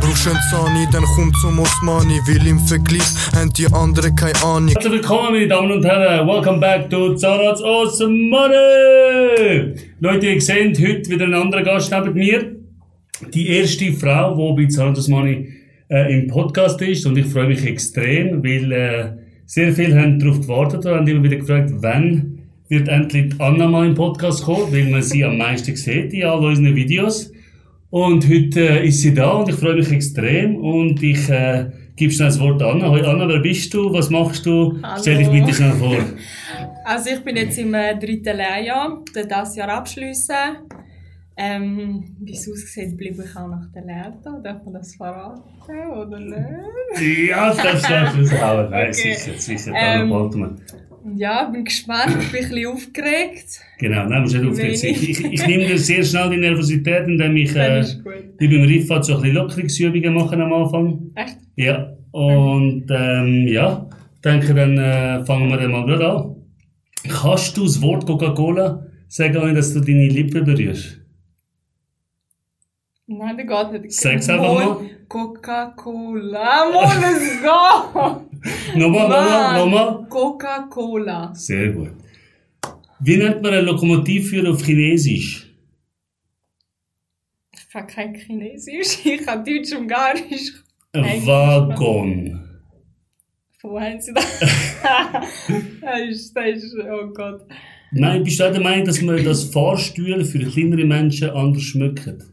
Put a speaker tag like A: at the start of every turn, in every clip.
A: Bruschen Zani, dann komm zum Osmani, will im Vergleich, und die andere keine Ahnung.
B: Herzlich willkommen, meine Damen und Herren. Welcome back to Zarat's Awesome Money. Leute, ihr seht heute wieder einen anderen Gast neben mir. Die erste Frau, die bei Zarat's Awesome Money äh, im Podcast ist. Und ich freue mich extrem, weil äh, sehr viele haben darauf gewartet und haben immer wieder gefragt, wann wird endlich die Anna mal im Podcast kommen, weil man sie am meisten sieht in all unseren Videos. Und heute äh, ist sie da und ich freue mich extrem und ich äh, gebe schnell das Wort an. Hallo Anna, wer bist du? Was machst du?
C: Hallo.
B: Stell dich bitte schnell vor.
C: Also ich bin jetzt im äh, dritten Lehrjahr, werde das Jahr abschliessen. Ähm, wie es aussieht, bleibe ich auch nach der Lehre da. Darf man das verraten oder nicht?
B: ja, das darfst du raushauen. Nein,
C: Okay.
B: sicher, sicher.
C: Ähm.
B: Ähm, man.
C: Und ja, bin gespannt, bin ein bisschen aufgeregt.
B: Genau, nein, musst nicht aufgeregt sein.
C: Wenig.
B: Ich, ich nehme dir sehr schnell die Nervosität, indem ich
C: Dann
B: äh,
C: ist gut.
B: wie beim Riffat so ein bisschen Lockerungsübungen machen am Anfang.
C: Echt?
B: Ja, und ähm, ja, denke, dann äh, fangen wir dann mal gerade an. Kannst du das Wort Coca-Cola sagen, ohne dass du deine Lippen berührst?
C: Nein, der geht nicht.
B: Sag's einfach
C: Mol- Coca-Cola. Mann, es geht!
B: Nochmal, nochmal,
C: Mann.
B: nochmal.
C: Coca-Cola.
B: Sehr gut. Wie nennt man einen Lokomotivführer auf Chinesisch?
C: Ich kann kein Chinesisch, ich kann Deutsch, Ungarisch.
B: Ein
C: Eigentlich-
B: Waggon.
C: Wo haben sie das? das, ist, das ist, oh Gott.
B: Nein, bist du auch der Meinung, dass man das Fahrstühle für kleinere Menschen anders schmücken?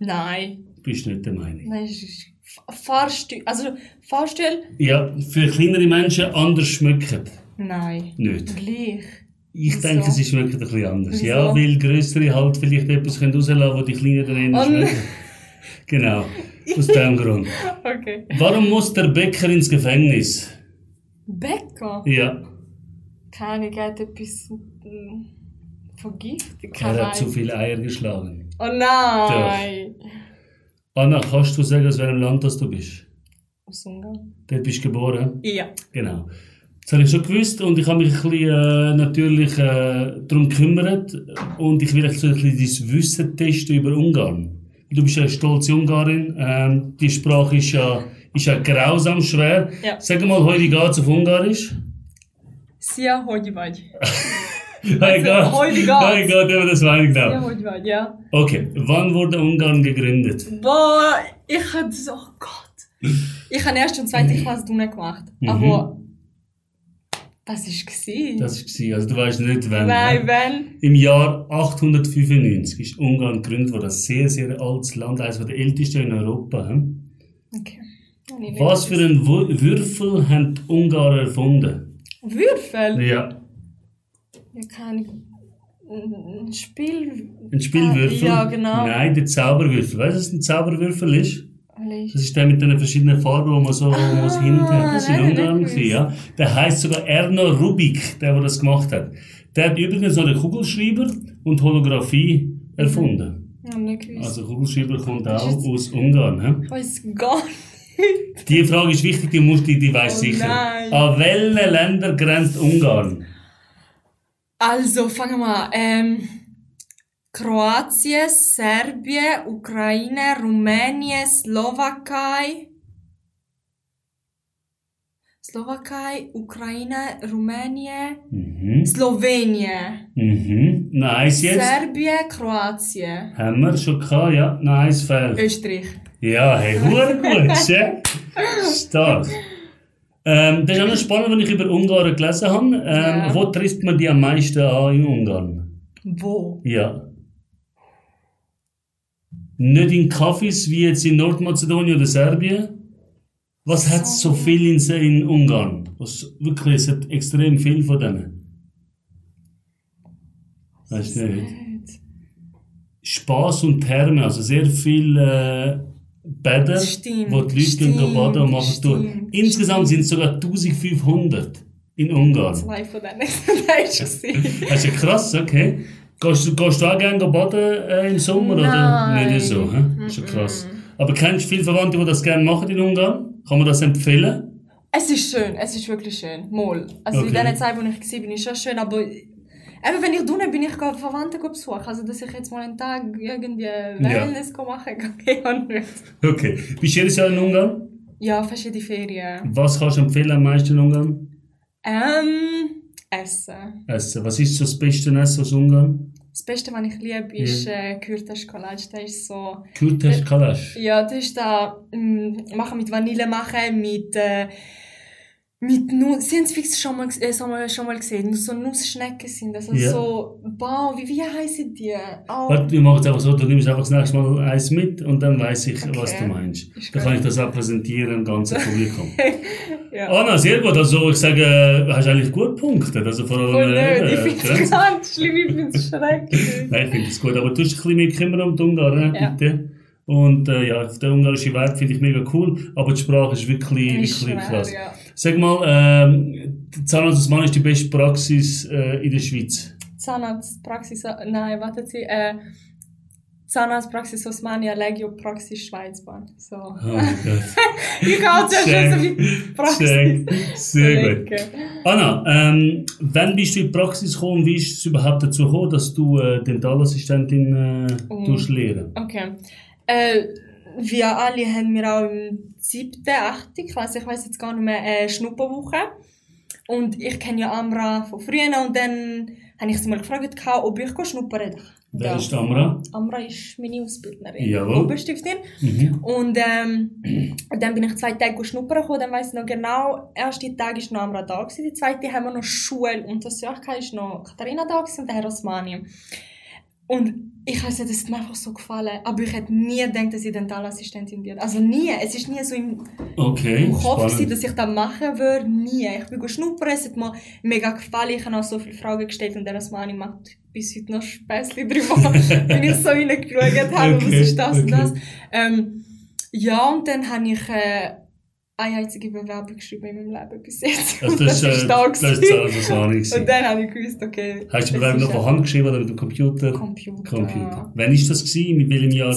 C: Nein,
B: Bist du nicht der Meinung?
C: nein, es ist F- Fahrstuhl. Also Fahrstuhl?
B: Ja, für kleinere Menschen anders schmücken.
C: Nein.
B: Nicht.
C: Gleich.
B: Ich denke,
C: Wieso?
B: es ist wirklich ein bisschen anders.
C: Wieso?
B: Ja, weil größere halt vielleicht etwas können rauslassen können, wo die kleineren
C: Oh
B: oh,
C: nein.
B: schmecken. Genau, aus dem Grund.
C: Okay.
B: Warum muss der Bäcker ins Gefängnis?
C: Bäcker?
B: Ja,
C: Keine Ahnung, hat etwas mm, vergiftet.
B: er hat zu
C: Ahnung.
B: viele Eier geschlagen.
C: Oh nein!
B: Anna, kannst du sagen, aus welchem Land das du bist?
C: Aus Ungarn?
B: Dort bist du geboren?
C: Ja.
B: Genau. Das habe ich schon gewusst und ich habe mich ein bisschen, äh, natürlich äh, darum gekümmert und ich will ein bisschen dein Wissen testen über Ungarn. Du bist ja eine stolze Ungarin, ähm, die Sprache ist ja, ist ja grausam schwer.
C: Ja.
B: Sag mal, heute geht es auf Ungarisch?
C: Sia Hodjevaj.
B: Hey Gott,
C: heute geht's.
B: hey Gott, aber das weiß ich
C: Sia
B: genau.
C: Hodjevaj, ja.
B: Okay, wann wurde Ungarn gegründet?
C: Boah, ich hab so, oh Gott. Ich habe erst und zweite Klasse drinnen gemacht.
B: Mhm.
C: Aber das war gesehen.
B: Das war, also du weißt nicht wann. ne?
C: Nein, wenn.
B: Im Jahr 895 ist Ungarn gegründet worden, ein sehr, sehr altes Land, eines der ältesten in Europa. hm?
C: Okay. Hab ich nicht
B: Was für einen Wur- Würfel haben die Ungarn erfunden?
C: Würfel?
B: Ja.
C: Ja, kann ein Spiel.
B: Ein Spielwürfel?
C: Ah, ja, genau.
B: Nein, der Zauberwürfel. Weißt du, was ein Zauberwürfel ist? Das
C: Welches?
B: ist der mit den verschiedenen Farben, wo man so wo man so hin und her.
C: Ah,
B: Das ist in
C: nein, nicht
B: Ungarn, gewesen,
C: gewusst.
B: ja. Der heißt sogar Erno Rubik, der, der das gemacht hat. Der hat übrigens noch den Kugelschreiber und Holographie erfunden.
C: Ich hab nicht gewusst.
B: Also Kugelschreiber kommt
C: Mhm. Das
B: auch
C: ist-
B: aus Ungarn. Hm?
C: Ich weiß gar nicht.
B: Die Frage ist wichtig, die musst du, die weißt
C: Oh
B: sicher.
C: nein.
B: An welche Länder grenzt Ungarn?
C: Also, fangen wir an. Ähm, Kroatien, Serbien, Ukraine, Rumänien, Slowakei. Slowakei, Ukraine, Rumänien,
B: Mhm.
C: Slowenien,
B: Mhm. Nice jetzt.
C: Serbien, Kroatien,
B: Haben wir schon gehabt, ja. Nice fällt.
C: Österreich.
B: Ja, hey, hure gut, check. Stark. Ähm, das ist auch noch spannend, wenn ich über Ungarn gelesen habe. Ähm,
C: Ja.
B: Wo trifft man die am meisten an in Ungarn?
C: Wo?
B: Ja. Nicht in Cafés wie jetzt in Nordmazedonien oder Serbien. Was hat es so viel in, in Ungarn? Was, wirklich, es hat extrem viel von denen. Weißt du nicht? Spaß und Therme, also sehr viel äh, Bäder,
C: Stimmt,
B: wo die Leute
C: stimmt,
B: gehen baden und machen Tour.
C: stimmt,
B: Insgesamt sind es sogar 1500 in Ungarn.
C: Zwei von denen. das ist gesehen.
B: Das ist ja Also krass, okay. Gehst du, gehst du auch gerne baden äh, im Sommer oder
C: Nein. Mhm.
B: nicht so? Hä? Das ist ja krass. Aber kennst du viele Verwandte, die das gerne machen in Ungarn? Kann man das empfehlen?
C: Es ist schön, es ist wirklich schön. Mal. Also
B: Okay.
C: in diesen Zeit, wo ich war, bin ich schon schön, aber äh, Eben, wenn ich unten bin, ich gehe Verwandte besuchen. Also, dass ich jetzt mal einen Tag irgendwie Wellness ja. machen kann, kann ich nicht.
B: Okay. Bist du jedes Jahr in Ungarn?
C: Ja, verschiedene Ferien.
B: Was kannst du empfehlen am meisten in Ungarn?
C: Ähm, Essen.
B: Essen. Was ist so das beste Essen aus Ungarn?
C: Das Beste, was ich liebe, ist äh, Kürtes Collage. Das ist so...
B: Kürtes Kalasch.
C: Ja, das ist da... mm, machen mit Vanille machen, mit... Äh, mit Nuss... Sie haben es fix schon mal, gs- äh, schon mal, schon mal gesehen. So Nussschnecken sind das. Also
B: Ja.
C: so... Wow, wie, wie heißen die? Oh,
B: Warte, wir machen es einfach so, du nimmst einfach das nächste Mal eins mit und dann weiß ich, was
C: Okay.
B: du meinst.
C: Ist
B: Dann kann
C: gut.
B: ich das auch präsentieren im ganzen Publikum.
C: ja.
B: Anna, sehr gut. Also ich sage, äh, hast eigentlich gut punktet. Also vor allem...
C: Voll
B: äh,
C: nöd. Ich
B: äh,
C: finde es ganz schlimm, ich finde es schrecklich.
B: Nein, ich finde es gut. Aber du hast ein bisschen mehr kümmern um die Ungarn, ne?
C: Ja.
B: bitte. Und äh, ja, der ungarische Wert finde ich mega cool, aber die Sprache ist wirklich,
C: Ist
B: wirklich
C: schwer,
B: krass.
C: ja.
B: Sag mal, ähm, die Zahnarzt des Mannes ist die beste Praxis äh, in der Schweiz.
C: Zahnarztpraxis, nein, warten Sie, äh, Zahnarztpraxis Osmania Legio Praxis Schweizbahn. So.
B: Oh mein Gott.
C: Ich kann es ja
B: Check.
C: schon so wie Praxis.
B: Check. Sehr gut.
C: verlegen.
B: Anna, ähm, wann bist du in die Praxis gekommen? Wie ist es überhaupt dazu gekommen, dass du äh, Dentalassistentin äh,
C: Mm.
B: tust lehren?
C: Okay. Äh, wir alle haben wir auch im siebten, achten Klasse, ich weiß jetzt gar nicht mehr, äh, Schnupperwoche. Und ich kenne ja Amra von früher und dann habe ich sie mal gefragt, gehabt, ob ich schnuppern darf.
B: Wer
C: Ja.
B: ist die Amra?
C: Amra ist meine Ausbildnerin,
B: Jawohl.
C: Oberstiftin.
B: Mhm.
C: Und ähm, und dann bin ich zwei Tage schnuppern gekommen, dann weiss ich noch genau, der erste Tag war noch Amra da, gewesen, der zweite haben wir noch Schule und das Jahr war noch Katharina da gewesen und der Herr Osmani. Und ich weiß nicht, es hat mir einfach so gefallen, aber ich hätte nie gedacht, dass ich Dentalassistentin werde. Also nie, es ist nie so im
B: Okay,
C: im Kopf, gewesen,
B: spannend.
C: dass ich das machen würde, nie. Ich bin schnuppern, es hat mir mega gefallen, ich habe auch so viele Fragen gestellt und der Osmani macht bis heute noch Späßchen drüber, wenn ich so reingeschaut habe, was
B: Okay,
C: ist das und
B: okay.
C: das. Ähm, ja, und dann habe ich äh, eine einzige Bewerbung geschrieben in meinem Leben bis jetzt.
B: Also
C: Und das, ist
B: äh,
C: da
B: das ist die
C: gewesen.
B: Zahnarzt des Mannes.
C: Und dann habe ich gewusst,
B: Hast du
C: okay.
B: die
C: das
B: Bewerbung
C: ist
B: noch von
C: ein
B: Hand geschrieben oder mit dem Computer?
C: Computer.
B: Computer. Wann ist das gewesen? Mit welchem Jahr?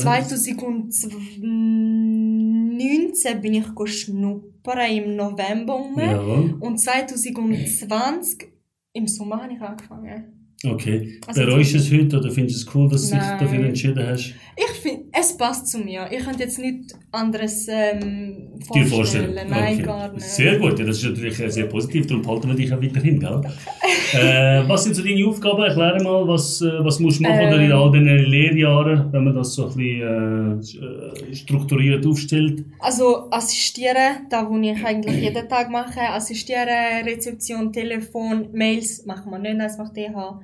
C: 2019 bin ich go schnuppern im November rum.
B: Jawohl.
C: Und 2020 im Sommer habe ich angefangen.
B: Okay.
C: Also-
B: Bereust du es heute oder findest du es cool, dass du dich
C: Nein.
B: dafür entschieden hast?
C: Ich finde, es passt zu mir. Ich könnte jetzt nichts anderes ähm,
B: Dir
C: vorstellen.
B: vorstellen?
C: Nein,
B: Okay.
C: gar nicht.
B: Sehr gut, ja, das ist natürlich äh, sehr positiv, darum halten wir dich auch weiterhin, gell? äh, was sind so deine Aufgaben? Erkläre mal, was, äh, was musst du machen oder in
C: Ähm.
B: all diesen Lehrjahren, wenn man das so ein bisschen äh, strukturiert aufstellt?
C: Also assistieren, da wo ich eigentlich jeden Tag mache, assistieren, Rezeption, Telefon, Mails machen wir nicht, das macht DH.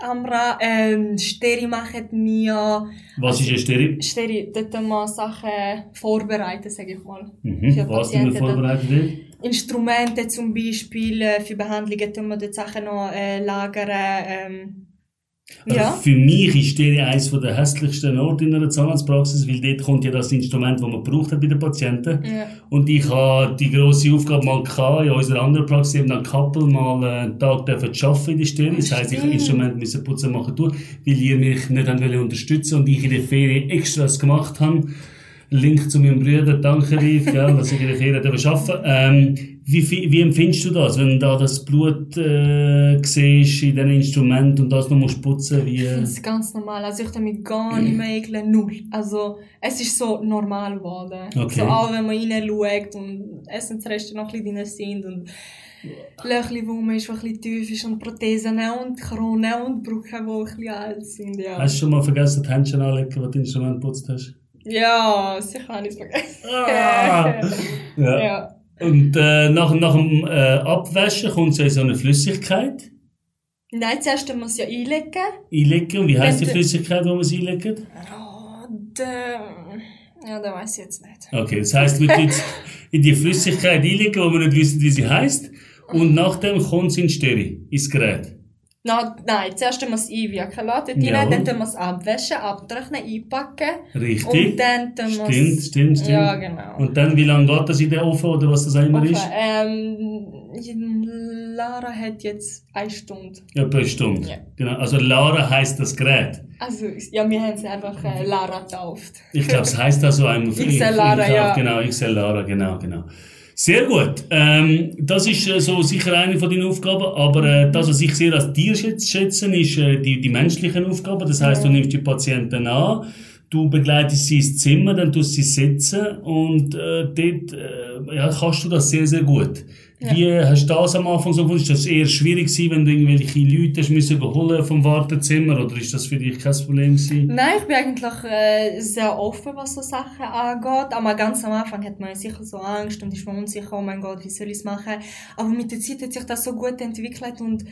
C: Die Amra, ähm, Steri machen wir,
B: Was
C: Also
B: ist ein Stereo?
C: Steri, dort tun wir Sachen vorbereiten, sage ich mal.
B: Mhm.
C: Für
B: Was du mir
C: Patienten-
B: vorbereitet hast?
C: Instrumente zum Beispiel, äh, für Behandlungen tun wir dort Sachen noch äh, lagern, ähm,
B: Also
C: ja.
B: Für mich ist Stereo eines der hässlichsten Orte in einer Zahnarztpraxis, weil dort kommt ja das Instrument, das man braucht hat bei den Patienten.
C: ja.
B: Und ich habe die grosse Aufgabe mal gehabt, in unserer anderen Praxis, eben dann Kappel, mal äh, einen Tag dürfen zu arbeiten in der Stirn. Das heisst, ich habe
C: Stimmt.
B: Instrumente müssen putzen machen durch, weil ihr mich nicht haben wollt unterstützen und ich in der Ferien Extras gemacht habe. Link zu meinem Bruder, danke Rief, gell, dass ich in der Ferien arbeiten durfte. Ähm, wie, fi- wie empfindest du das, wenn du da das Blut äh, siehst in diesen Instrumenten und das noch musst putzen wie... äh,
C: Ich finde es ganz normal. Also ich damit gar nicht mehr ekeln, null. Also es ist so normal geworden.
B: Okay.
C: So auch wenn man reinschaut und Essensreste noch ein bisschen drin sind und Löchli, wo man ist, die ein bisschen tief ist und Prothesen und Kronen und Brücken, die ein bisschen alt sind, ja.
B: Hast du schon mal vergessen, die Händchen anlegen, was du Instrument geputzt hast?
C: Ja, sicher habe ich es vergessen.
B: Ah!
C: ja.
B: Und äh, nach, nach dem äh, Abwaschen kommt so in so eine Flüssigkeit
C: Nein, zuerst muss man es ja einlegen.
B: einlegen. Und wie heißt die
C: Wenn du-
B: Flüssigkeit, wo man es einlegt?
C: Oh, der... Ja, das weiß ich jetzt nicht.
B: Okay, das heißt, wir tun jetzt in die Flüssigkeit einlegen, wo wir nicht wissen, wie sie heißt. Und nachdem kommt sie in Störi, ins Gerät.
C: Na, nein, zuerst muss man es einwirken lassen, dort
B: Ja.
C: rein, dann tun wir es abwaschen, abtrocknen, einpacken
B: Richtig?
C: und dann tun wir
B: stimmt,
C: es...
B: stimmt, stimmt.
C: Ja, genau.
B: Und dann, wie lange geht das in den Ofen oder was das auch immer ist?
C: Okay, ähm, Lara hat jetzt eine Stunde.
B: Etwa eine Stunde.
C: Ja.
B: Genau. Also Lara heißt das Gerät.
C: Also, ja, wir haben sie einfach äh, Lara getauft.
B: Ich glaube, es heißt da so einmal.
C: XLR, ja.
B: Genau, XLR, genau, genau. Sehr gut. Ähm, das ist äh, so sicher eine von deinen Aufgaben, aber äh, das, was ich sehr als dir schätz- schätze, ist äh, die, die menschlichen Aufgaben. Das heißt, du nimmst die Patienten an, du begleitest sie ins Zimmer, dann tust sie sitzen und äh, dort äh, ja, kannst du das sehr, sehr gut.
C: Ja.
B: Wie hast du das am Anfang so gefunden? Ist das eher schwierig gewesen, wenn du irgendwelche Leute hast müssen überholen vom Wartezimmer oder ist das für dich kein Problem gewesen?
C: Nein, ich bin eigentlich äh, sehr offen, was so Sachen angeht. Aber ganz am Anfang hat man sicher so Angst und ist man unsicher, oh mein Gott, wie soll ich es machen? Aber mit der Zeit hat sich das so gut entwickelt und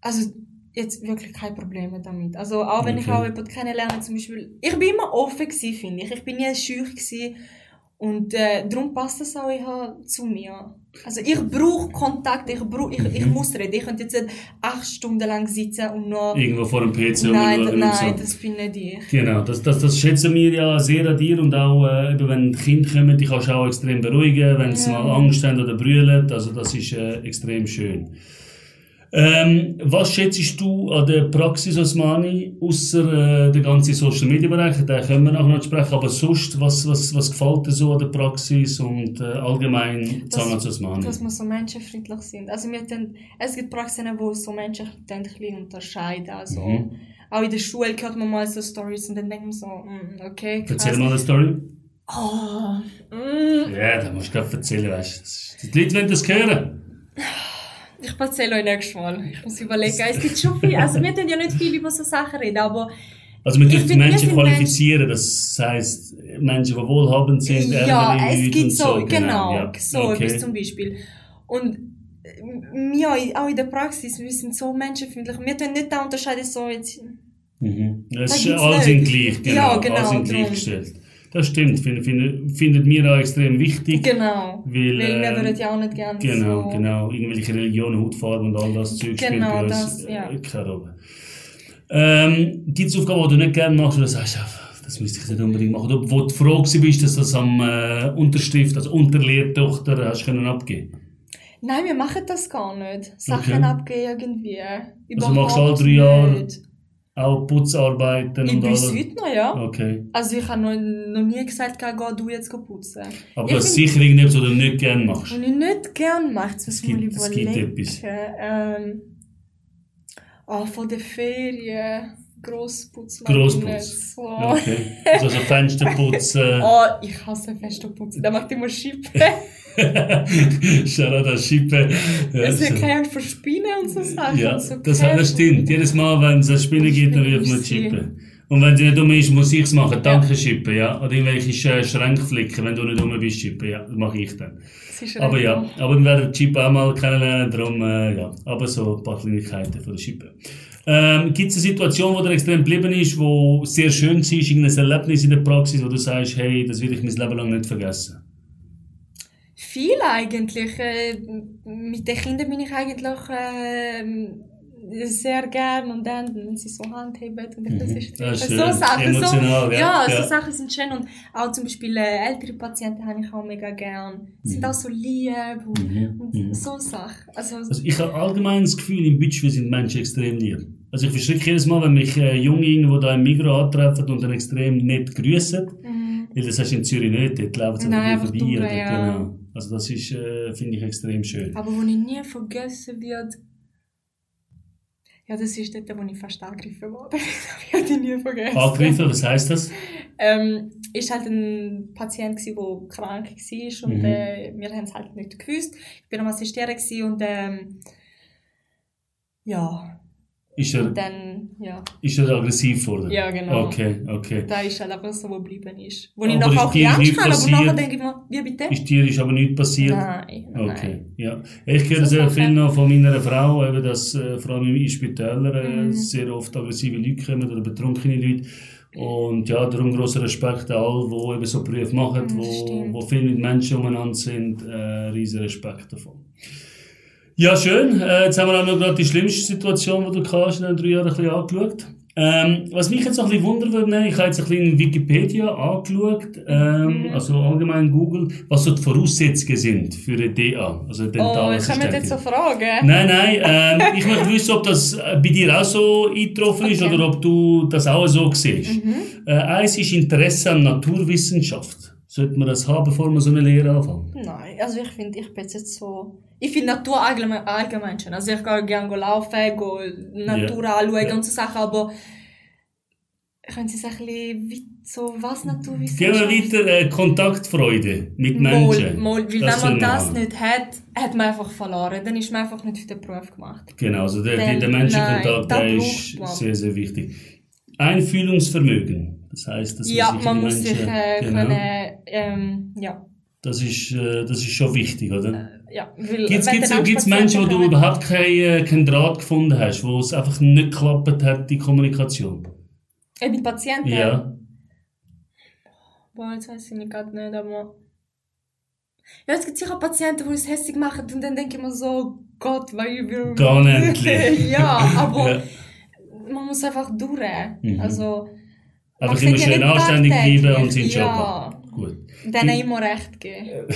C: also jetzt wirklich keine Probleme damit. Also auch wenn ich
B: Okay.
C: auch jemanden kennenlerne, zum Beispiel, ich bin immer offen gewesen, finde ich. Ich bin nie schüch gewesen und äh, darum passt das auch eher zu mir. Also ich brauche Kontakt, ich, brauch, ich,
B: Mhm.
C: ich muss reden. Ich könnte jetzt nicht acht Stunden lang sitzen und nur...
B: Irgendwo vor dem PC
C: Nein,
B: rumschauen und
C: nein, das bin nicht ich.
B: Genau, das, das, das schätzen wir ja sehr an dir und auch, äh, eben wenn Kinder kommen, die kannst du auch extrem beruhigen, wenn sie
C: Ja.
B: mal Angst haben oder brüllen, also das ist äh, extrem schön. Ähm, was schätzt du an der Praxis Osmani, außer äh, der ganzen Social Media Bereich, da können wir nachher noch sprechen, aber sonst, was, was, was gefällt dir so an der Praxis und äh, allgemein
C: Dass-
B: Zahnarzt Osmani?
C: Dass wir so menschenfreundlich sind. Also wir tun, es gibt Praxen, wo so Menschen tun ein bisschen unterscheiden. Also
B: Mhm.
C: Auch in der Schule hört man mal so Stories und dann denkt man so, mm, okay, krass.
B: Erzähl mal eine Story.
C: Oh, mm.
B: Ja, da musst du gerade erzählen, weißt du. Das- Die Leute wollen das hören.
C: Ich erzähle euch nächstes Mal. Ich muss überlegen. Es gibt schon viel. Also wir tun ja nicht viel über so Sachen reden, aber
B: Also wir
C: Ich
B: dürfen
C: bin- wir
B: Menschen
C: sind
B: qualifizieren, das heisst Menschen, die wohlhabend sind,
C: ja,
B: ärmere
C: es
B: Leute
C: gibt
B: und
C: so, genau,
B: ja.
C: so
B: okay.
C: etwas zum Beispiel. Und äh, wir auch in der Praxis, wir sind so menschenfreundlich. Wir tun nicht da unterscheiden, so jetzt...
B: mhm.
C: Da
B: Es ist
C: gibt's
B: alle sind
C: Leute.
B: gleich, genau,
C: Ja, genau,
B: alle sind
C: drum.
B: gleichgestellt. Das stimmt, finden finden finden wir auch extrem wichtig,
C: Genau.
B: weil,
C: Weil wir
B: ähm,
C: würden ja auch nicht gerne
B: genau,
C: so...
B: genau, irgendwelche Religionen, Hautfarbe und all das Zeug
C: Genau,
B: spielt bei uns
C: das,
B: äh,
C: ja.
B: keine Rolle. Ähm, gibt es Aufgaben, die du nicht gerne machst, wo du sagst, «Ah, das müsste ich nicht unbedingt machen, oder wo du froh gewesen bist, dass du das am äh, Unterstift, also Unterlehrtochter, hast können abgeben
C: Nein, wir machen das gar nicht. Sachen
B: Okay. Also
C: abgeben irgendwie.
B: machst du alle
C: Überhaupt
B: drei Jahre
C: nicht.
B: Auch Putzarbeiten
C: Ich
B: und
C: bin
B: alles.
C: heute noch, ja.
B: Okay.
C: Also ich habe noch, noch nie gesagt, geh geh du jetzt putzen.
B: Aber
C: Ich
B: das ist
C: bin-
B: sicher irgendetwas, was du nicht gerne machst.
C: Und ich nicht gerne mache, das muss
B: gibt-
C: man
B: es gibt
C: überlegen.
B: etwas.
C: Ähm, oh, von den Ferien. Grossputz. mag ich
B: Grossputz.
C: nicht So.
B: Okay. Also so Fenster putzen.
C: Oh, ich hasse Festoputzen. Da macht immer Schippe.
B: Scharada Schippe. Ja,
C: Es wird
B: so-
C: keine Angst vor Spinnen und so Sachen.
B: ja,
C: so
B: das, das stimmt. Jedes Mal, wenn es eine Spinne gibt, dann wird man
C: Muss ich-
B: Schippe. Und wenn sie nicht dumm ist, muss ich es machen. Danke, Schippe, ja. Oder irgendwelche Sch- äh, Schränke flicken, wenn du nicht dumm bist, Schippe. Ja, das mache ich dann.
C: Das ist
B: Aber
C: recht
B: ja,
C: dumm.
B: aber wir werden die Schippe auch mal kennenlernen, darum, äh, ja. Aber so ein paar Kleinigkeiten von der Schippe. Ähm, Gibt es eine Situation, wo dir extrem geblieben ist, wo sehr schön war, irgendein Erlebnis in der Praxis, wo du sagst, hey, das will ich mein Leben lang nicht vergessen?
C: Viel eigentlich. Äh, mit den Kindern bin ich eigentlich äh, sehr gern und dann, wenn sie so handheben und das ist
B: Mhm. Das ist
C: so
B: schön.
C: Sachen. So,
B: Emotional, ja.
C: ja,
B: Ja.
C: so Sachen sind schön und auch zum Beispiel äh, ältere Patienten habe ich auch mega gern. Sie sind auch so lieb und,
B: Mhm.
C: und
B: Mhm.
C: so Sachen. Also,
B: Also ich habe allgemein das Gefühl, im Budget sind Menschen extrem lieb. Also ich verschrecke jedes Mal, wenn mich äh, Junge irgendwo da im Migros antreffen und dann extrem nett grüßen,
C: mm,
B: weil das hast du in Zürich nicht, dort laufen sie
C: Nein,
B: an dir
C: einfach durch,
B: oder-
C: ja.
B: genau. Also das ist, äh, finde ich, extrem schön.
C: aber wo ich nie vergessen werde, ja, das ist dort, wo ich fast angegriffen wurde. das werde ich nie vergessen.
B: Angreifen, was heisst das?
C: Ähm, ist halt ein Patient, gewesen, der krank war und
B: Mhm.
C: äh, wir haben es halt nicht gewusst. Ich bin am Assistieren gewesen und ähm, ja,
B: Ist er,
C: und dann, ja,
B: ist er aggressiv geworden?
C: Ja, genau.
B: Okay, okay.
C: da ist halt einfach so, wo geblieben ist. Wo
B: Aber
C: ich noch
B: ist
C: auch ein
B: dir
C: bisschen Angst
B: nichts
C: habe, aber nachher
B: passiert?
C: denke ich mir, wie bitte?
B: Ist dir ist aber nichts passiert?
C: Nein, nein. Also
B: Okay, ja. Ich höre
C: So
B: sehr viel
C: Sachen.
B: noch von meiner Frau, eben, dass äh, vor allem in Spitälern äh,
C: Mhm.
B: sehr oft aggressive Leute kommen oder betrunkene Leute. Und ja, darum großer Respekt an alle, die eben so Berufe machen,
C: Mhm, das
B: wo,
C: stimmt.
B: wo viel mit Menschen umeinander sind. Äh, riesen Respekt davon. Ja, schön. Äh, jetzt haben wir auch noch gerade die schlimmste Situation, die du hast, in den drei Jahren ein bisschen angeschaut. Ähm, was mich jetzt noch ein bisschen wundern würde, ne, ich habe jetzt ein bisschen Wikipedia angeschaut,
C: Mhm.
B: ähm, also allgemein Google, was so die Voraussetzungen sind für eine DA, also eine
C: Oh, ich kann mich jetzt so
B: Dentalassistentin.
C: fragen.
B: Nein, nein, ähm, ich möchte wissen, ob das äh, bei dir auch so eingetroffen ist
C: Okay. Mhm.
B: oder ob du das auch so siehst. Äh, eins ist Interesse an Naturwissenschaft. Sollte man das haben, bevor man so eine Lehre anfängt?
C: Nein, also ich finde, ich bin jetzt so... Ich finde Natur allgemein, allgemein schön. Also ich gehe gerne laufen, gehe Natur anschauen
B: Ja.
C: und so Sachen, aber... Können Sie es ein bisschen weit, so was
B: Gehen wir
C: Naturwissenschaft...
B: weiter, äh, Kontaktfreude mit
C: Mal,
B: Menschen.
C: mal,
B: Das
C: weil wenn
B: soll
C: man das
B: haben.
C: nicht hat, hat man einfach verloren. Dann ist man einfach nicht für den Beruf gemacht.
B: Genau, also der,
C: Weil-
B: der Menschenkontakt
C: nein, da
B: der
C: braucht man.
B: ist sehr, sehr wichtig. Einfühlungsvermögen. Das heißt, dass man
C: ja,
B: sich in
C: man
B: die
C: muss
B: Menschen,
C: sich äh,
B: genau,
C: können... Ähm, ja,
B: Das ist, äh, das ist schon wichtig, oder?
C: ja. Weil,
B: Gibt
C: Äh, wenn der
B: es
C: Nachbar
B: Menschen, wo du
C: kommt-
B: überhaupt keinen äh, keinen Draht gefunden hast, wo es einfach nicht geklappt hat, die Kommunikation?
C: Äh, mit Patienten?
B: Ja.
C: Boah, jetzt weiß ich nicht gerade nicht, aber... Ja, es gibt sicher Patienten, die es hässlich machen und dann denke ich mir so, oh Gott, weil wir...
B: Gone endlich.
C: ja, aber
B: Ja.
C: man muss einfach durch.
B: Mhm.
C: Also,
B: Einfach
C: man
B: immer
C: sollte ja
B: schön
C: nicht
B: anständig bleiben und seinen
C: tagtäglich,
B: Job Hm.
C: ja.
B: machen. Gut.
C: denen immer recht geben.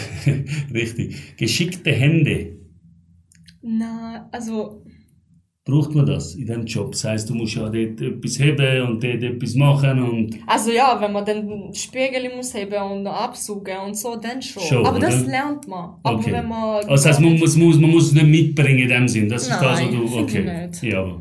B: Richtig. Geschickte Hände.
C: Nein, also...
B: Braucht man das in diesem Job? Das heisst, du musst ja dort etwas heben und dort etwas machen und
C: Also ja, wenn man dann Spiegel muss heben und noch absaugen und so, dann schon.
B: Schon,
C: aber das
B: oder?
C: lernt man. Aber
B: Okay.
C: wenn man...
B: Also das heißt, man muss, muss, man muss es nicht mitbringen in dem Sinn. Das ist das, was
C: Nein,
B: du.
C: finde ich
B: Okay.
C: nicht.
B: Ja.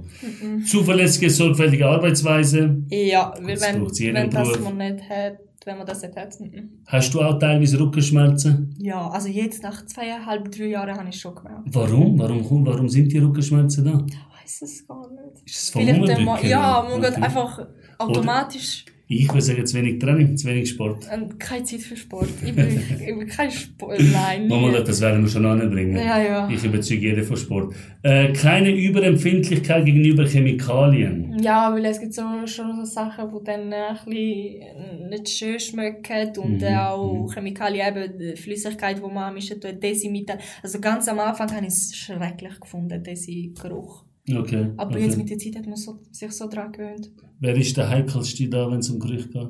B: Zuverlässige, sorgfältige Arbeitsweise.
C: Ja, weil
B: Das
C: wenn,
B: braucht's jeden
C: wenn das
B: Beruf.
C: man nicht hat, wenn man das nicht hat. mhm.
B: Hast du auch teilweise Rückenschmerzen?
C: Ja, also jetzt nach zweieinhalb, drei Jahren habe ich schon gemerkt.
B: Warum? Warum, kommt- warum sind die Rückenschmerzen da?
C: Ich weiß es gar nicht.
B: Ist es vom
C: Vielleicht dann mal,
B: Unterdrücken?
C: ja, man geht
B: Okay.
C: einfach automatisch
B: Ich würde sagen, zu wenig Training, zu wenig Sport.
C: und keine Zeit für Sport. Ich bin, ich bin kein Sport, nein.
B: Mama,
C: nie.
B: das werden wir schon anbringen.
C: Ja, ja.
B: Ich überzeuge jeden von Sport. Äh, keine Überempfindlichkeit gegenüber Chemikalien.
C: Ja, weil es gibt so, schon so Sachen, die dann äh, ein bisschen nicht schön schmecken und
B: Mhm,
C: äh, auch
B: mhm.
C: Chemikalien, eben die Flüssigkeit, die man mischen tut, Desimittel. Also ganz am Anfang habe ich es schrecklich gefunden, diesen Geruch.
B: Okay.
C: Aber
B: okay.
C: jetzt mit der Zeit hat man so, sich so dran gewöhnt.
B: Wer ist der heikelste da, wenn es um Gerücht geht?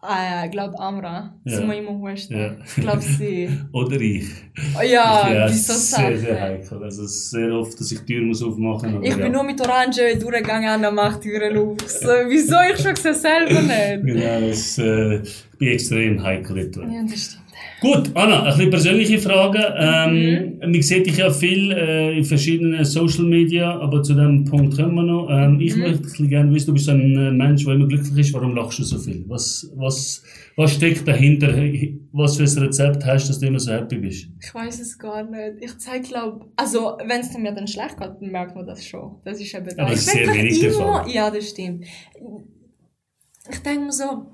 C: Ah, ich glaube Amra.
B: Ja.
C: Ja. Sind wir immer husten.
B: Ja.
C: Ich glaube sie.
B: Oder ich?
C: Oh, ja,
B: ich bin
C: die
B: auch
C: so
B: sehr, sehr
C: Sachen.
B: heikel. Also es ist sehr oft, dass ich die Tür muss aufmachen muss.
C: Ich bin nur mit Orange durchgegangen und dann macht die Türen auf. So, wieso? Ich schon gesehen selber nicht.
B: Genau, das, äh, ich bin extrem heikel etwa.
C: Ja, das stimmt.
B: Gut, Anna, ein bisschen persönliche Fragen.
C: Mhm.
B: Ähm, Man sieht dich ja viel äh, in verschiedenen Social Media, aber zu dem Punkt kommen wir noch. Ähm,
C: Mhm.
B: ich möchte ein bisschen gerne wissen, du bist ein äh, Mensch, der immer glücklich ist. Warum lachst du so viel? Was, was, was steckt dahinter? Was für ein Rezept hast du, dass du immer so happy bist?
C: Ich weiß es gar nicht. Ich zeig glaub, also wenn es mir dann schlecht geht, dann merkt man das schon. Das ist eben da.
B: Aber
C: ich
B: es ist sehr
C: denk
B: wenig der
C: immer-
B: Fall.
C: Ja, das stimmt. Ich denke mir so,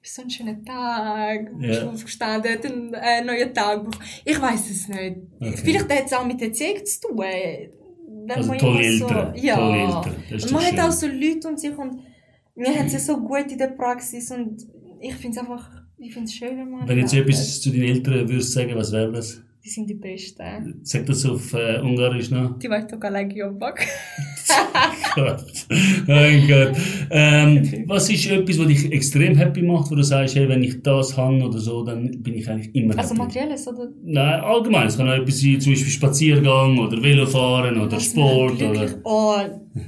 C: ist so ein schöner Tag,
B: Ja.
C: ja. schon aufgestanden, hat einen äh, neuen Tag. Ich weiß es nicht.
B: Okay.
C: Vielleicht hat es auch mit der Erziehung zu tun. Wenn
B: Also
C: man
B: tolle
C: immer
B: Eltern,
C: ja.
B: tolle Eltern. Das ist
C: Und
B: doch
C: man hat
B: schön. Mhm.
C: auch so Leute um sich und wir haben sie so gut in der Praxis und ich finde es einfach, ich finde es schön, wenn man...
B: Wenn jetzt
C: merkt,
B: etwas zu deinen Eltern würdest sagen, was wäre das?
C: Die sind die Besten.
B: Sag das auf äh, Ungarisch noch. Oh
C: Ti vai toccare la Gearbox?
B: Gott. Mein Gott. Ähm, was ist etwas, was dich extrem happy macht, wo du sagst, hey, wenn ich das habe oder so, dann bin ich eigentlich immer
C: Also
B: happy?
C: materielles oder
B: Nein, allgemein. Es kann auch etwas sein, zum Beispiel Spaziergang oder Velofahren oder
C: was
B: Sport
C: mir
B: oder
C: glücklich- Oh,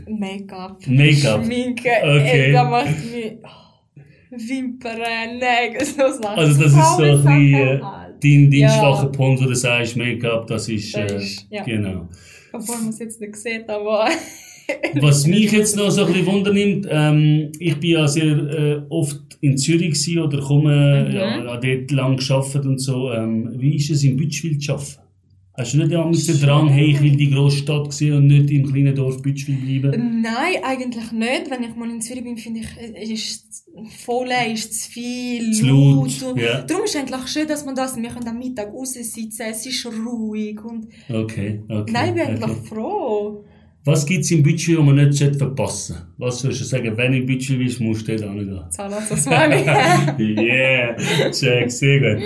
C: Make-up. E,
B: Make-up.
C: Schminke.
B: Okay.
C: Ey, da macht mich... Wimpern, Nägel, so Sachen.
B: Also das ist so ein bisschen äh,
C: Sachen.
B: dein, dein
C: Ja.
B: schwacher Punkt, wo du sagst, Make-up, das ist... Äh,
C: Das ist- ja.
B: Genau.
C: Obwohl man es jetzt nicht sieht, aber...
B: Was mich jetzt noch so ein bisschen wundernimmt, ähm, ich bin ja sehr äh, oft in Zürich gewesen oder komme
C: Mhm.
B: ja, ja, dort lang gearbeitet und so. Ähm, wie ist es in Bütschwil zu arbeiten? Hast du nicht einmal den Drang, hey, ich will die Großstadt sehen und nicht im kleinen Dorf Bütschwil bleiben?
C: Nein, eigentlich nicht. Wenn ich mal in Zürich bin, finde ich, es ist voll, es ist zu viel,
B: Zu laut,
C: und-
B: ja.
C: Darum ist eigentlich schön, dass man das... Wir können am Mittag draussen sitzen, es ist ruhig und...
B: Okay, okay.
C: Nein, ich bin
B: okay.
C: eigentlich froh.
B: Was gibt es in Bütschwil, was man nicht sollte verpassen sollte? Was würdest du sagen, wenn du in Bütschwil bist, musst du dort hingehen?
C: Zahnarzt aus Mali.
B: Yeah, check, sehr gut.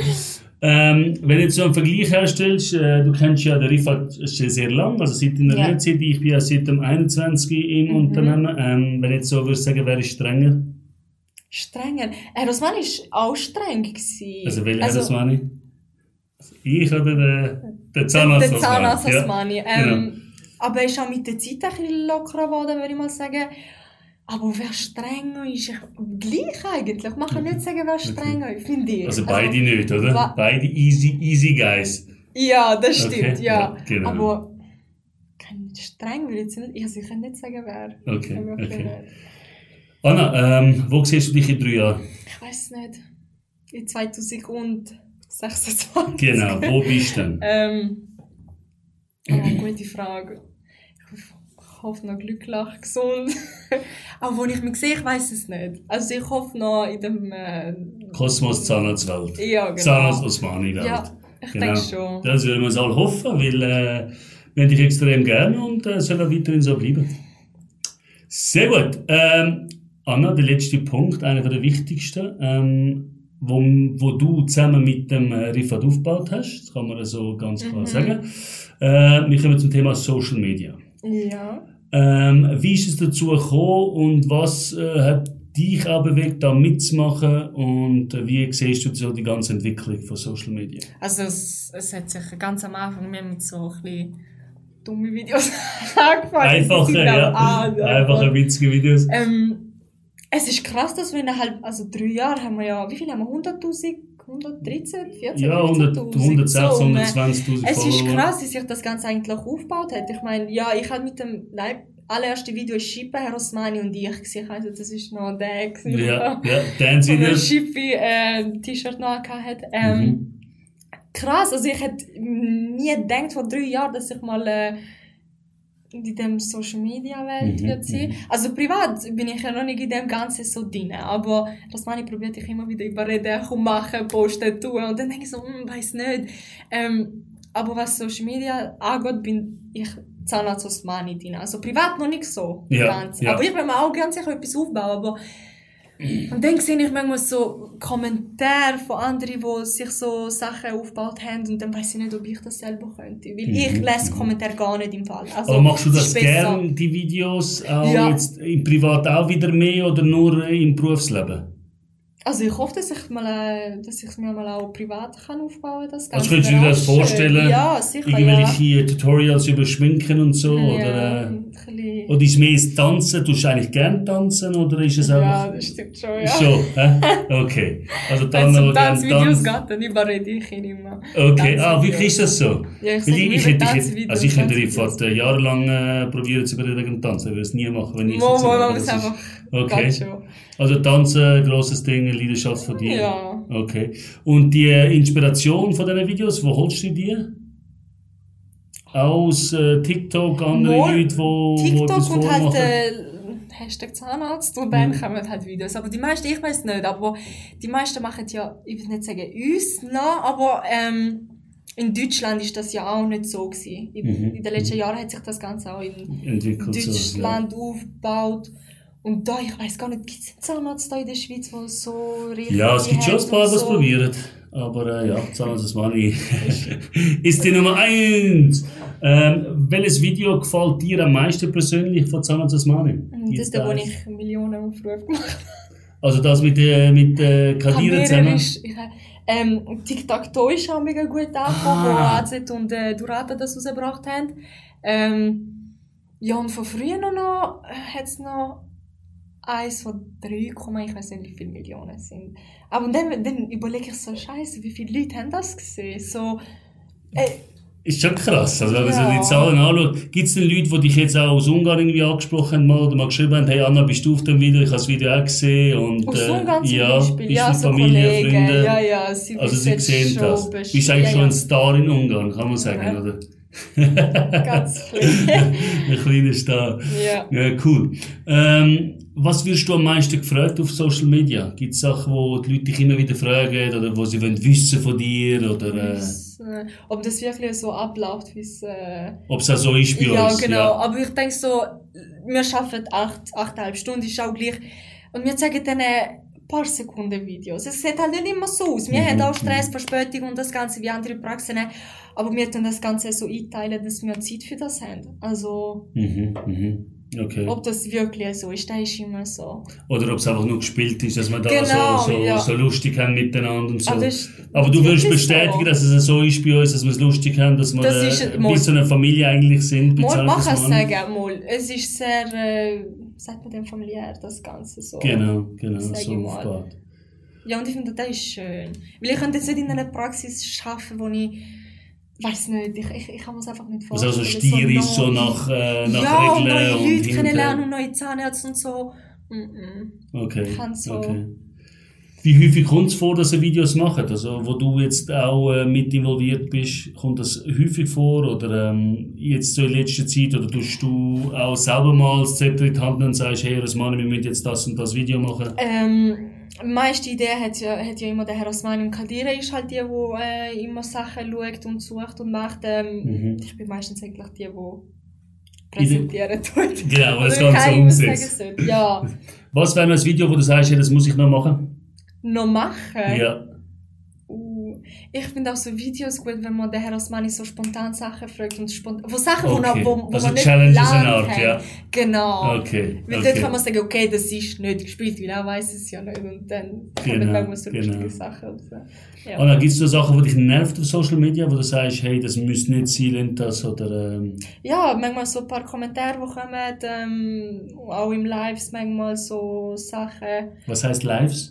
B: Ähm, wenn du jetzt so einen Vergleich herstellst, äh, du kennst ja den Rifat schon sehr lang, also seit in der
C: Ja. Mhm.
B: Lehrzeit, ich bin ja seit dem 21 im Unternehmen. Ähm, wenn ich jetzt so würde sagen, wer ist strenger?
C: Strenger. Herr Osman war auch streng. Gewesen.
B: Also welcher also, das meine ich? Also Ich oder der, der Zahnarzt? Genau.
C: Der Zahnarzt
B: Osmani?
C: Osmani. Ähm, Aber er ist auch mit der Zeit ein bisschen lockerer geworden, würde ich mal sagen. Aber wer strenger ist, ich- gleich eigentlich. Man kann nicht sagen, wer strenger ist, finde ich.
B: Mhm. Also beide nicht, oder?
C: Wa-
B: Beide easy, easy guys.
C: Ja, das
B: Okay,
C: stimmt, ja.
B: ja, genau.
C: Aber kein streng würde ich jetzt nicht. Also ich kann nicht sagen, wer.
B: Okay,
C: Aber ich bin
B: okay.
C: nicht.
B: Anna, ähm, wo siehst du dich in drei Jahren?
C: Ich weiß es nicht. In 2026.
B: Genau, wo bist du denn?
C: Ähm, ja, gute Frage. Ich hoffe noch glücklich, gesund. Aber wenn ich mich sehe, ich weiß es nicht. Also ich hoffe noch in dem... Äh,
B: Kosmos Zahnarztwelt.
C: ja, genau.
B: Zahnarztwelt Osmani-Welt.
C: Ja, ich
B: Genau.
C: denke schon.
B: Das würden wir uns alle hoffen, weil äh, wir haben dich extrem gerne und äh, soll auch weiterhin so bleiben. Sehr gut. Ähm, Anna, der letzte Punkt, einer der wichtigsten, ähm, wo, wo du zusammen mit dem äh, Rifat aufgebaut hast, das kann man so ganz klar
C: Mhm.
B: sagen. Äh, wir kommen zum Thema Social Media.
C: Ja.
B: Ähm, wie ist es dazu gekommen und was äh, hat dich auch bewegt, da mitzumachen und äh, wie siehst du so die ganze Entwicklung von Social Media?
C: Also es, es hat sich ganz am Anfang mehr mit so ein bisschen dummen Videos angefangen. Genau. Ah, Die
B: Einfache,
C: sind
B: ja.
C: auch an, aber-
B: Einfache, witzige Videos. Hm.
C: Ähm, es ist krass, dass wir innerhalb, also drei Jahre haben wir ja, wie viel haben wir? 100.000? 113, 14,
B: Ja, 100, 106,
C: 120.
B: 120.000
C: ne? Es ist
B: Follower.
C: krass, wie sich das Ganze eigentlich aufgebaut hat. Ich meine, ja, ich habe mit dem nein, allererste Video Schippe, Herr Osmani und ich gesehen. Also, das ist noch der. gewesen,
B: Ja, ja,
C: wo der
B: Dance-Videos.
C: Schippe äh, T-Shirt noch hat. Ähm,
B: Mhm.
C: krass, also ich hätte nie gedacht vor drei Jahren, dass ich mal äh, in dem Social Media Welt
B: Mhm,
C: wird sein. Also privat bin ich ja noch nicht in dem Ganzen so drin, aber das meine ich probiert ich immer wieder überreden, komm machen, posten, tun und dann denke ich so, hm, weiß nicht. Ähm, aber was Social Media angeht, bin ich Zahnarzt Osmani drin. Also privat noch nicht so
B: Ja,
C: ganz.
B: ja.
C: Aber ich will mir auch ganz sicher etwas aufbauen, aber und dann sehe ich manchmal so Kommentare von anderen, die sich so Sachen aufgebaut haben und dann weiß ich nicht, ob ich das selber könnte. Weil
B: Mhm,
C: ich lese
B: mhm.
C: Kommentare gar nicht im Fall. Also,
B: Aber machst du
C: es
B: das
C: ist besser.
B: gern, die Videos, auch
C: Ja.
B: jetzt im Privat auch wieder mehr oder nur äh, im Berufsleben?
C: Also ich hoffe, dass ich, mal, äh, dass ich es mir mal auch privat kann aufbauen kann.
B: Also könntest du dir das vorstellen?
C: Ja, sicher, ja.
B: Irgendwelche Tutorials über Schminken und so?
C: ja,
B: Oder, äh,
C: ein bisschen-
B: oder ist mehr das Tanzen? Tust du eigentlich gern tanzen oder ist es
C: ja,
B: einfach...
C: das stimmt schon, ja.
B: So, hä? Okay. Also
C: Wenn
B: dann
C: es um
B: noch gern
C: Tanzvideos
B: tanzen.
C: geht, dann überrede ich ihn immer.
B: Okay, ah,
C: Tanzvideos.
B: wirklich ist das so?
C: Ja, ich
B: Weil
C: sag
B: ich,
C: lieber
B: ich, hätte, ich, hätte-
C: Tanzvideos,
B: also ich könnte die
C: Tanzvideos.
B: Fahrt äh, jahrelang äh, probieren zu überreden wegen dem Tanzen. Ich würde es nie machen, wenn ich
C: Mo,
B: jetzt-
C: mo,
B: aber
C: man
B: das
C: muss
B: ist-
C: einfach...
B: Okay.
C: geht schon.
B: Also Tanzen, grosses Ding, eine Leidenschaft von dir.
C: Ja.
B: Okay. Und die äh, Inspiration von diesen Videos, wo holst du die? Aus äh, TikTok, andere
C: Mal
B: Leute, wo, wo
C: TikTok
B: etwas
C: und
B: vormachen?
C: halt äh, Hashtag Zahnarzt und dann kommen halt Videos. Aber die meisten, ich weiß nicht, aber die meisten machen ja, ich will nicht sagen uns noch, aber ähm, in Deutschland ist das ja auch nicht so gewesen. In,
B: Mhm.
C: in den letzten Jahren hat sich das Ganze auch in
B: entwickelt. So, ja.
C: Deutschland aufgebaut. Und da, ich weiß gar nicht, gibt es einen Zahnarzt da in der Schweiz, der so richtig
B: ja, es gibt schon ein
C: hat
B: paar,
C: und
B: die es probieren. Aber äh, ja, zahlen Sie es mal nicht. Ist die Nummer eins. Ähm, welches Video gefällt dir am meisten persönlich von Zahlen Sie es mal nicht?
C: Ähm, Das
B: Gibt's
C: ist der, wo
B: da eins?
C: ich Millionen Aufrufe gemacht habe.
B: Also das mit, äh, mit äh, Kadir
C: Kamera
B: zusammen?
C: Ist, ich, ähm, Tic-Tac-Toe ist auch mega gut angekommen,
B: Ah.
C: wo AZ und äh, Durata das rausgebracht haben. Ähm, ja, und von früher noch äh, hat es noch eins von drei Komma, ich weiß nicht, wie viele Millionen sind. Aber dann, dann überlege ich so, scheiße, wie viele Leute haben das gesehen? So,
B: Ist schon krass, also wenn man
C: Ja.
B: sich die Zahlen anschaut. Gibt es denn Leute, die dich jetzt auch aus Ungarn irgendwie angesprochen haben mal, oder mal geschrieben haben, hey Anna, bist du auf dem Video, ich habe das Video auch gesehen. Und,
C: aus so einem
B: äh,
C: ganzen
B: ja,
C: Beispiel.
B: bist
C: Ja,
B: du
C: so
B: Familie,
C: Kollegen,
B: Freunde.
C: ja, ja, sie
B: Also sie
C: wissen
B: sehen
C: schon
B: das. Du
C: Bescheid.
B: bist eigentlich
C: Ja,
B: schon
C: ja,
B: ein Star in Ungarn, kann man sagen,
C: Ja.
B: oder?
C: Ganz klein.
B: Ein kleiner Star.
C: ja.
B: Ja, cool. Ähm, was wirst du am meisten gefragt auf Social Media? Gibt es Sachen, wo die Leute dich immer wieder fragen oder wo sie wollen wissen von dir oder äh,
C: Das, äh, ob das wirklich so abläuft, wie es. Äh,
B: ob es auch so ist bei
C: ja,
B: uns?
C: genau. Aber ich denke so, wir arbeiten acht, achteinhalb Stunden, ist auch gleich. Und wir zeigen dann ein paar Sekunden Videos. Es sieht halt nicht immer so aus. Wir
B: Mhm,
C: haben auch Stress, Verspätung und das Ganze wie andere Praxen. Aber wir tun das Ganze so einteilen, dass wir Zeit für das haben. Also,
B: Mhm, mhm. Okay.
C: ob das wirklich so ist, das ist immer so.
B: Oder ob es einfach nur gespielt ist, dass man da
C: Genau,
B: so, so,
C: ja.
B: so lustig haben miteinander und so.
C: Aber das ist
B: Aber du würdest
C: wirklich so.
B: bestätigen, dass es so ist bei uns, dass wir es lustig haben, dass wir
C: Das
B: äh,
C: ist-
B: ein bisschen eine Familie eigentlich sind. bei
C: Mal,
B: Zahn
C: man
B: des
C: kann
B: Mannes.
C: sagen, mal, es ist sehr äh, sagt man dem familiär, das Ganze so.
B: Genau, genau,
C: Sag ich
B: so
C: mal.
B: aufgeht.
C: Ja, und ich finde, das ist schön. Weil ich könnte jetzt nicht in einer Praxis arbeiten, wo ich, weiß nicht, ich, ich, ich kann mir das einfach nicht
B: Was auch
C: vorstellen.
B: so Also, stier ist, so
C: neu-
B: nach, äh, nach
C: ja, und neue
B: Regeln und
C: Leute
B: hinter-
C: kennenlernen und neue Zahnärzte und so. Mm -mm.
B: Okay,
C: kann so-
B: okay. Wie häufig kommt es vor, dass ihr Videos macht? Also, wo du jetzt auch äh, mit involviert bist, kommt das häufig vor? Oder ähm, jetzt so in letzter Zeit? Oder tust du auch selber mal das Zepter in die Hand nehmen und sagst, hey, Rosmane, wir müssen jetzt das und das Video machen?
C: Ähm, meiste Idee hat ja, hat ja immer der Herr Osman und Kadira ist halt die, die äh, immer Sachen schaut und sucht und macht. Ähm,
B: Mhm.
C: Ich bin meistens eigentlich die, die präsentieren tut.
B: Genau, weil das
C: Oder
B: Ganze
C: keine, was sagen
B: umsetzt.
C: soll. Ja,
B: Was wäre noch ein Video, wo du sagst, hey, das muss ich noch machen?
C: noch machen.
B: Ja.
C: Uh, ich finde auch so Videos gut, wenn man den Herr Osmani so spontan Sachen fragt und spontan, wo Sachen, wo, noch- wo, wo
B: also
C: man nicht
B: Challenges
C: geplant
B: eine Art,
C: hat.
B: ja.
C: Genau.
B: Okay.
C: Weil dort kann man sagen, okay, das ist nicht gespielt, weil er weiß es ja nicht und dann
B: Genau,
C: kommen manchmal so
B: genau.
C: lustige Sachen raus. Ja.
B: Anna, gibt es so Sachen, die dich nervt auf Social Media, wo du sagst, hey, das müsste nicht sein, lernt das oder... Ähm,
C: ja, manchmal so ein paar Kommentare, die kommen, ähm, auch im Lives manchmal so Sachen,
B: was heißt Lives?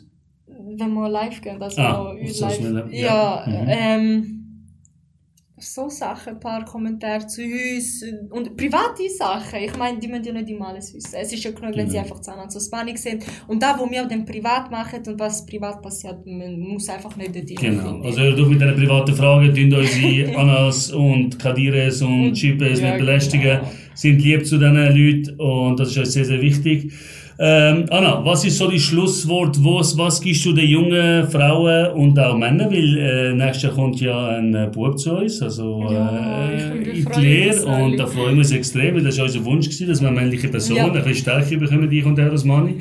C: wenn wir live gehen, also
B: Ah,
C: in
B: auf Social Media,
C: Ja,
B: ja. Mhm.
C: ähm, so Sachen, ein paar Kommentare zu uns äh, und private Sachen. Ich meine, die müssen ja nicht immer alles wissen. Es ist ja genug, wenn sie
B: Genau.
C: einfach Zahnarzt und Spanisch sind. Und da, wo wir dann privat machen und was privat passiert, man muss einfach nicht dort
B: Genau.
C: finden.
B: Also hört auf mit diesen privaten Fragen, tun unsere Annas und Kadires und Chipes
C: ja,
B: nicht belästigen.
C: genau.
B: Sind lieb zu diesen Leuten und das ist uns sehr, sehr wichtig. Ähm, Anna, was ist so das Schlusswort? Was, was gibst du den jungen Frauen und auch Männern? Weil äh, nächstes Jahr kommt ja ein äh, Bub zu uns, also
C: Ja, ich
B: äh,
C: bin
B: in die
C: befreit,
B: Lehre
C: das
B: und da
C: alle.
B: freuen wir uns extrem, weil das war unser Wunsch, gewesen, dass wir männliche Personen
C: Ja.
B: ein bisschen stärker bekommen, ich und der Rosmani.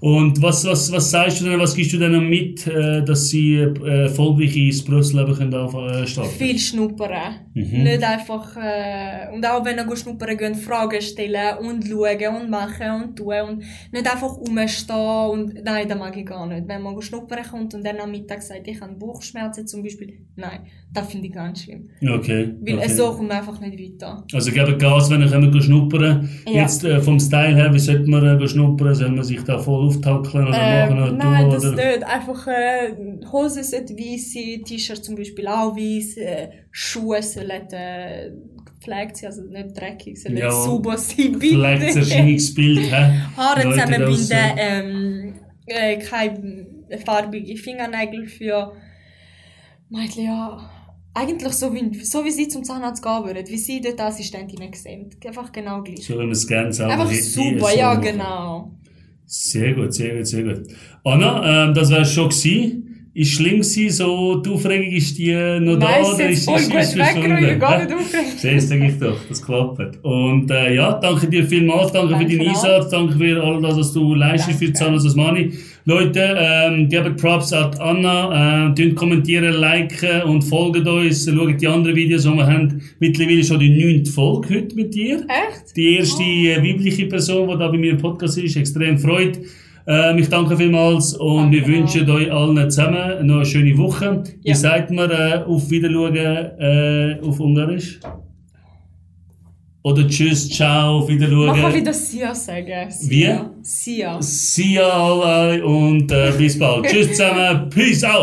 B: Und was, was, was sagst du denn, was gibst du denen mit, äh, dass sie äh, erfolgreich ins Berufsleben können anfangen, äh, starten
C: viel schnuppern.
B: Mhm.
C: Nicht einfach. Äh, und auch wenn ihr schnuppern geht, Fragen stellen und schauen und machen und tun. Und nicht einfach rumstehen. Und, nein, das mag ich gar nicht. Wenn man schnuppern kommt und dann am Mittag sagt, ich habe Bauchschmerzen zum Beispiel. Nein, das finde ich ganz schlimm.
B: Okay.
C: Weil also-
B: okay.
C: so kommt man einfach nicht weiter.
B: Also geben Gas, wenn ihr könnt schnuppern
C: Ja.
B: Jetzt äh, vom Style her, wie sollte man äh, schnuppern? Soll man sich da voll auftackeln oder
C: Ähm,
B: machen oder
C: nein,
B: tun?
C: das
B: oder?
C: nicht. Einfach äh, Hosen sollte weiss sein, T-Shirt zum Beispiel auch weiss, äh, Schuhe sollten äh, gepflegt sein, also nicht dreckig, sollten
B: Ja.
C: sauber sein, bitte.
B: Vielleicht das Erscheinungsbild. hä?
C: Haare
B: Leute draussen.
C: zusammenbinden, ähm, äh, keine farbige Fingernägel für Mädchen, ja. Eigentlich so wie, so wie sie zum Zahnarzt gehen würden, wie sie dort Assistentinnen sehen. Einfach genau gleich.
B: So wie man es gerne selber
C: Einfach
B: hätte,
C: super,
B: so
C: ja
B: machen.
C: genau.
B: Sehr gut, sehr gut, sehr gut. Anna, ähm, das war schon gewesen. Ist schlimm gewesen, so die Aufregung ist die noch da?
C: Nein, ist
B: oder
C: jetzt voll
B: ist-
C: gut
B: ist verschwunden?
C: weggeräumt, gar nicht aufgeregt.
B: Siehst denke ich doch, das klappt. Und äh, ja, danke dir vielmals, danke,
C: Danke
B: für deinen
C: auch.
B: Einsatz, danke für all das, was du leistest für
C: Danke.
B: Zanos Osmani. Leute, ähm, gebt Props an die Anna, äh, kommentieren, liken und folgt uns, schaut die anderen Videos, die wir haben. Mittlerweile schon die neunte Folge heute mit dir.
C: Echt?
B: Die erste äh, weibliche Person, die da bei mir im Podcast ist, extrem freut. Ähm, ich danke vielmals und wir
C: Danke auch.
B: wünschen euch allen zusammen noch eine schöne Woche. Wie
C: Ja.
B: sagt man äh, auf Wiederschauen äh, auf Ungarisch? Oder Tschüss, Ciao, auf
C: Man kann
B: Wiederschauen.
C: wieder Sia sagen.
B: Wie?
C: Sia.
B: See ya alle und äh, bis bald. tschüss zusammen, Peace out!